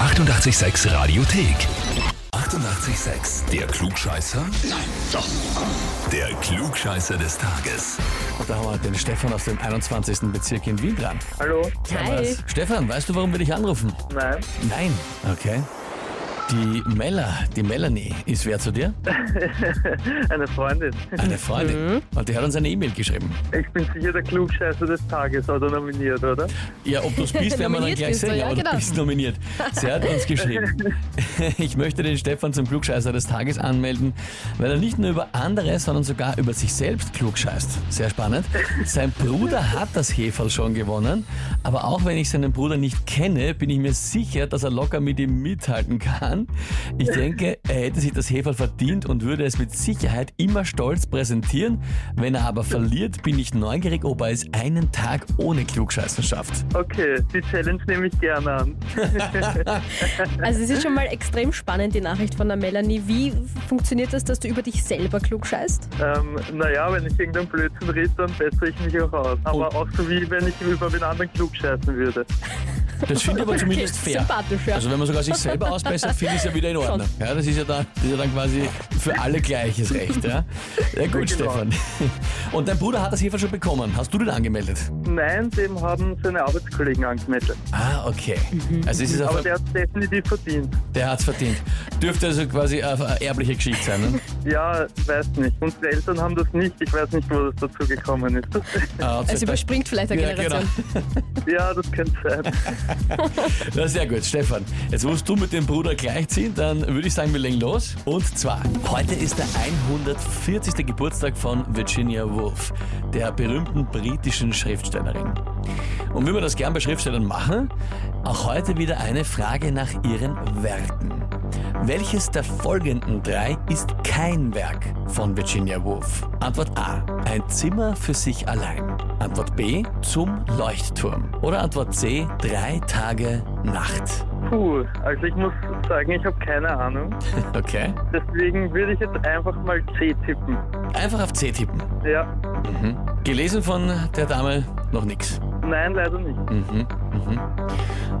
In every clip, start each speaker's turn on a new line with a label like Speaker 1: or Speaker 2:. Speaker 1: 886 Radiothek. 88,6. Der Klugscheißer? Nein, doch. Der Klugscheißer des Tages.
Speaker 2: Und da haben wir den Stefan aus dem 21. Bezirk in Wien dran.
Speaker 3: Hallo?
Speaker 2: Servus. Stefan, weißt du, warum wir dich anrufen?
Speaker 3: Nein.
Speaker 2: Nein. Okay. Die Mella, die Melanie, ist wer zu dir?
Speaker 3: Eine Freundin.
Speaker 2: Eine Freundin. Und die hat uns eine E-Mail geschrieben.
Speaker 3: Ich bin sicher der Klugscheißer des Tages oder nominiert, oder?
Speaker 2: Ja, ob du es bist, werden wir dann
Speaker 4: Nominiert
Speaker 2: gleich
Speaker 4: bist du,
Speaker 2: sehen,
Speaker 4: ja,
Speaker 2: aber
Speaker 4: genau.
Speaker 2: du bist nominiert. Sie hat uns geschrieben, ich möchte den Stefan zum Klugscheißer des Tages anmelden, weil er nicht nur über andere, sondern sogar über sich selbst klugscheißt. Sehr spannend. Sein Bruder hat das Heferl schon gewonnen, aber auch wenn ich seinen Bruder nicht kenne, bin ich mir sicher, dass er locker mit ihm mithalten kann. Ich denke, er hätte sich das Heferl verdient und würde es mit Sicherheit immer stolz präsentieren. Wenn er aber verliert, bin ich neugierig, ob er es einen Tag ohne Klugscheißen schafft.
Speaker 3: Okay, die Challenge nehme ich gerne an.
Speaker 4: Also es ist schon mal extrem spannend, die Nachricht von der Melanie. Wie funktioniert das, dass du über dich selber klug scheißt?
Speaker 2: Also
Speaker 3: Ähm, naja, wenn ich irgendeinen Blödsinn rede, dann bessere ich mich auch aus. Aber auch so wie wenn ich über den anderen klugscheißen würde.
Speaker 2: Das finde ich aber zumindest fair.
Speaker 4: sympathisch, ja.
Speaker 2: Also wenn man sogar sich selber ausbessert, finde ich es ja wieder in Ordnung. Ja, das ist ja dann, das ist ja dann quasi für alle gleiches Recht. Ja, ja gut,
Speaker 3: Ja, genau.
Speaker 2: Stefan. Und dein Bruder hat das jedenfalls schon bekommen. Hast du den angemeldet?
Speaker 3: Nein, dem haben seine Arbeitskollegen angemeldet.
Speaker 2: Ah, okay. Also es ist auf,
Speaker 3: Aber der hat es definitiv verdient.
Speaker 2: der hat's verdient. Dürfte also quasi eine eine erbliche Geschichte sein. Ne?
Speaker 3: Ja, weiß nicht. Unsere Eltern haben das nicht. Ich weiß nicht, wo das dazu gekommen ist.
Speaker 2: Ah, hat's
Speaker 4: Es
Speaker 2: vielleicht-
Speaker 4: Also überspringt vielleicht eine
Speaker 2: Ja, genau.
Speaker 4: Generation.
Speaker 3: ja, das könnte sein.
Speaker 2: Na, sehr gut, Stefan. Jetzt musst du mit dem Bruder gleichziehen, dann würde ich sagen, wir legen los. Und zwar, heute ist der 140. Geburtstag von Virginia Woolf, der berühmten britischen Schriftstellerin. Und wie wir das gern bei Schriftstellern machen, auch heute wieder eine Frage nach ihren Werken. Welches der folgenden drei ist kein Werk von Virginia Woolf? Antwort A. Ein Zimmer für sich allein. Antwort B. Zum Leuchtturm. Oder Antwort C. Drei Tage Nacht.
Speaker 3: Puh, also ich muss sagen, ich habe keine Ahnung.
Speaker 2: Okay.
Speaker 3: Deswegen würde ich jetzt einfach mal C tippen.
Speaker 2: Einfach auf C tippen.
Speaker 3: Ja,
Speaker 2: Mhm. Gelesen von der Dame noch nix.
Speaker 3: nein, leider nicht.
Speaker 2: Mhm. Mhm.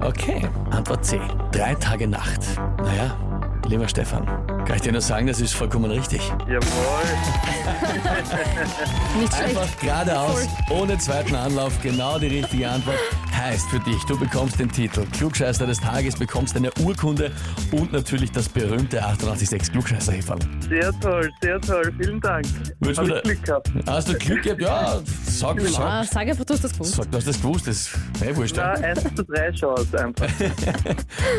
Speaker 2: Okay. Antwort C. Drei Tage Nacht. Naja, lieber Stefan, kann ich dir nur sagen, das ist vollkommen richtig.
Speaker 3: Jawohl.
Speaker 4: Nicht schlecht.
Speaker 2: genau. Einfach geradeaus, ohne zweiten Anlauf, genau die richtige Antwort. Heißt für dich, du bekommst den Titel Klugscheißer des Tages, bekommst eine Urkunde und natürlich das berühmte 886 klugscheißer -Häferl.
Speaker 3: Sehr toll, sehr toll. Vielen Dank.
Speaker 2: Willst
Speaker 3: Hab
Speaker 2: du
Speaker 3: ich
Speaker 2: da-
Speaker 3: Glück gehabt.
Speaker 2: Hast du Glück gehabt? Ja, sag,
Speaker 4: Ah,
Speaker 2: sag,
Speaker 4: sag einfach, du hast das gewusst.
Speaker 2: sag, du hast das gewusst, das ist eh wurscht.
Speaker 3: Na,
Speaker 2: ja.
Speaker 3: 1 zu 3 Chance einfach.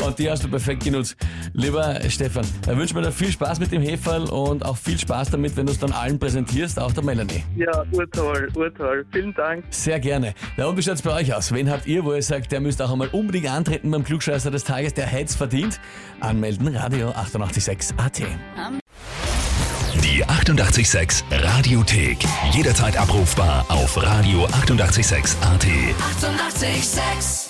Speaker 2: Und die hast du perfekt genutzt. Lieber Stefan, dann wünschen wir dir viel Spaß mit dem Heferl und auch viel Spaß damit, wenn du es dann allen präsentierst, auch der Melanie.
Speaker 3: Ja, urtoll, urtoll. Vielen Dank.
Speaker 2: Sehr gerne. Na und wie schaut's bei euch aus? Wen habt ihr, wo ihr sagt, der müsst auch einmal unbedingt antreten beim Klugscheißer des Tages, der hätt's verdient? Anmelden, Radio 886 AT.
Speaker 1: Die 88,6 Radiothek. Jederzeit abrufbar auf radio886.at. 88,6.
Speaker 5: Eighty-eight, sex.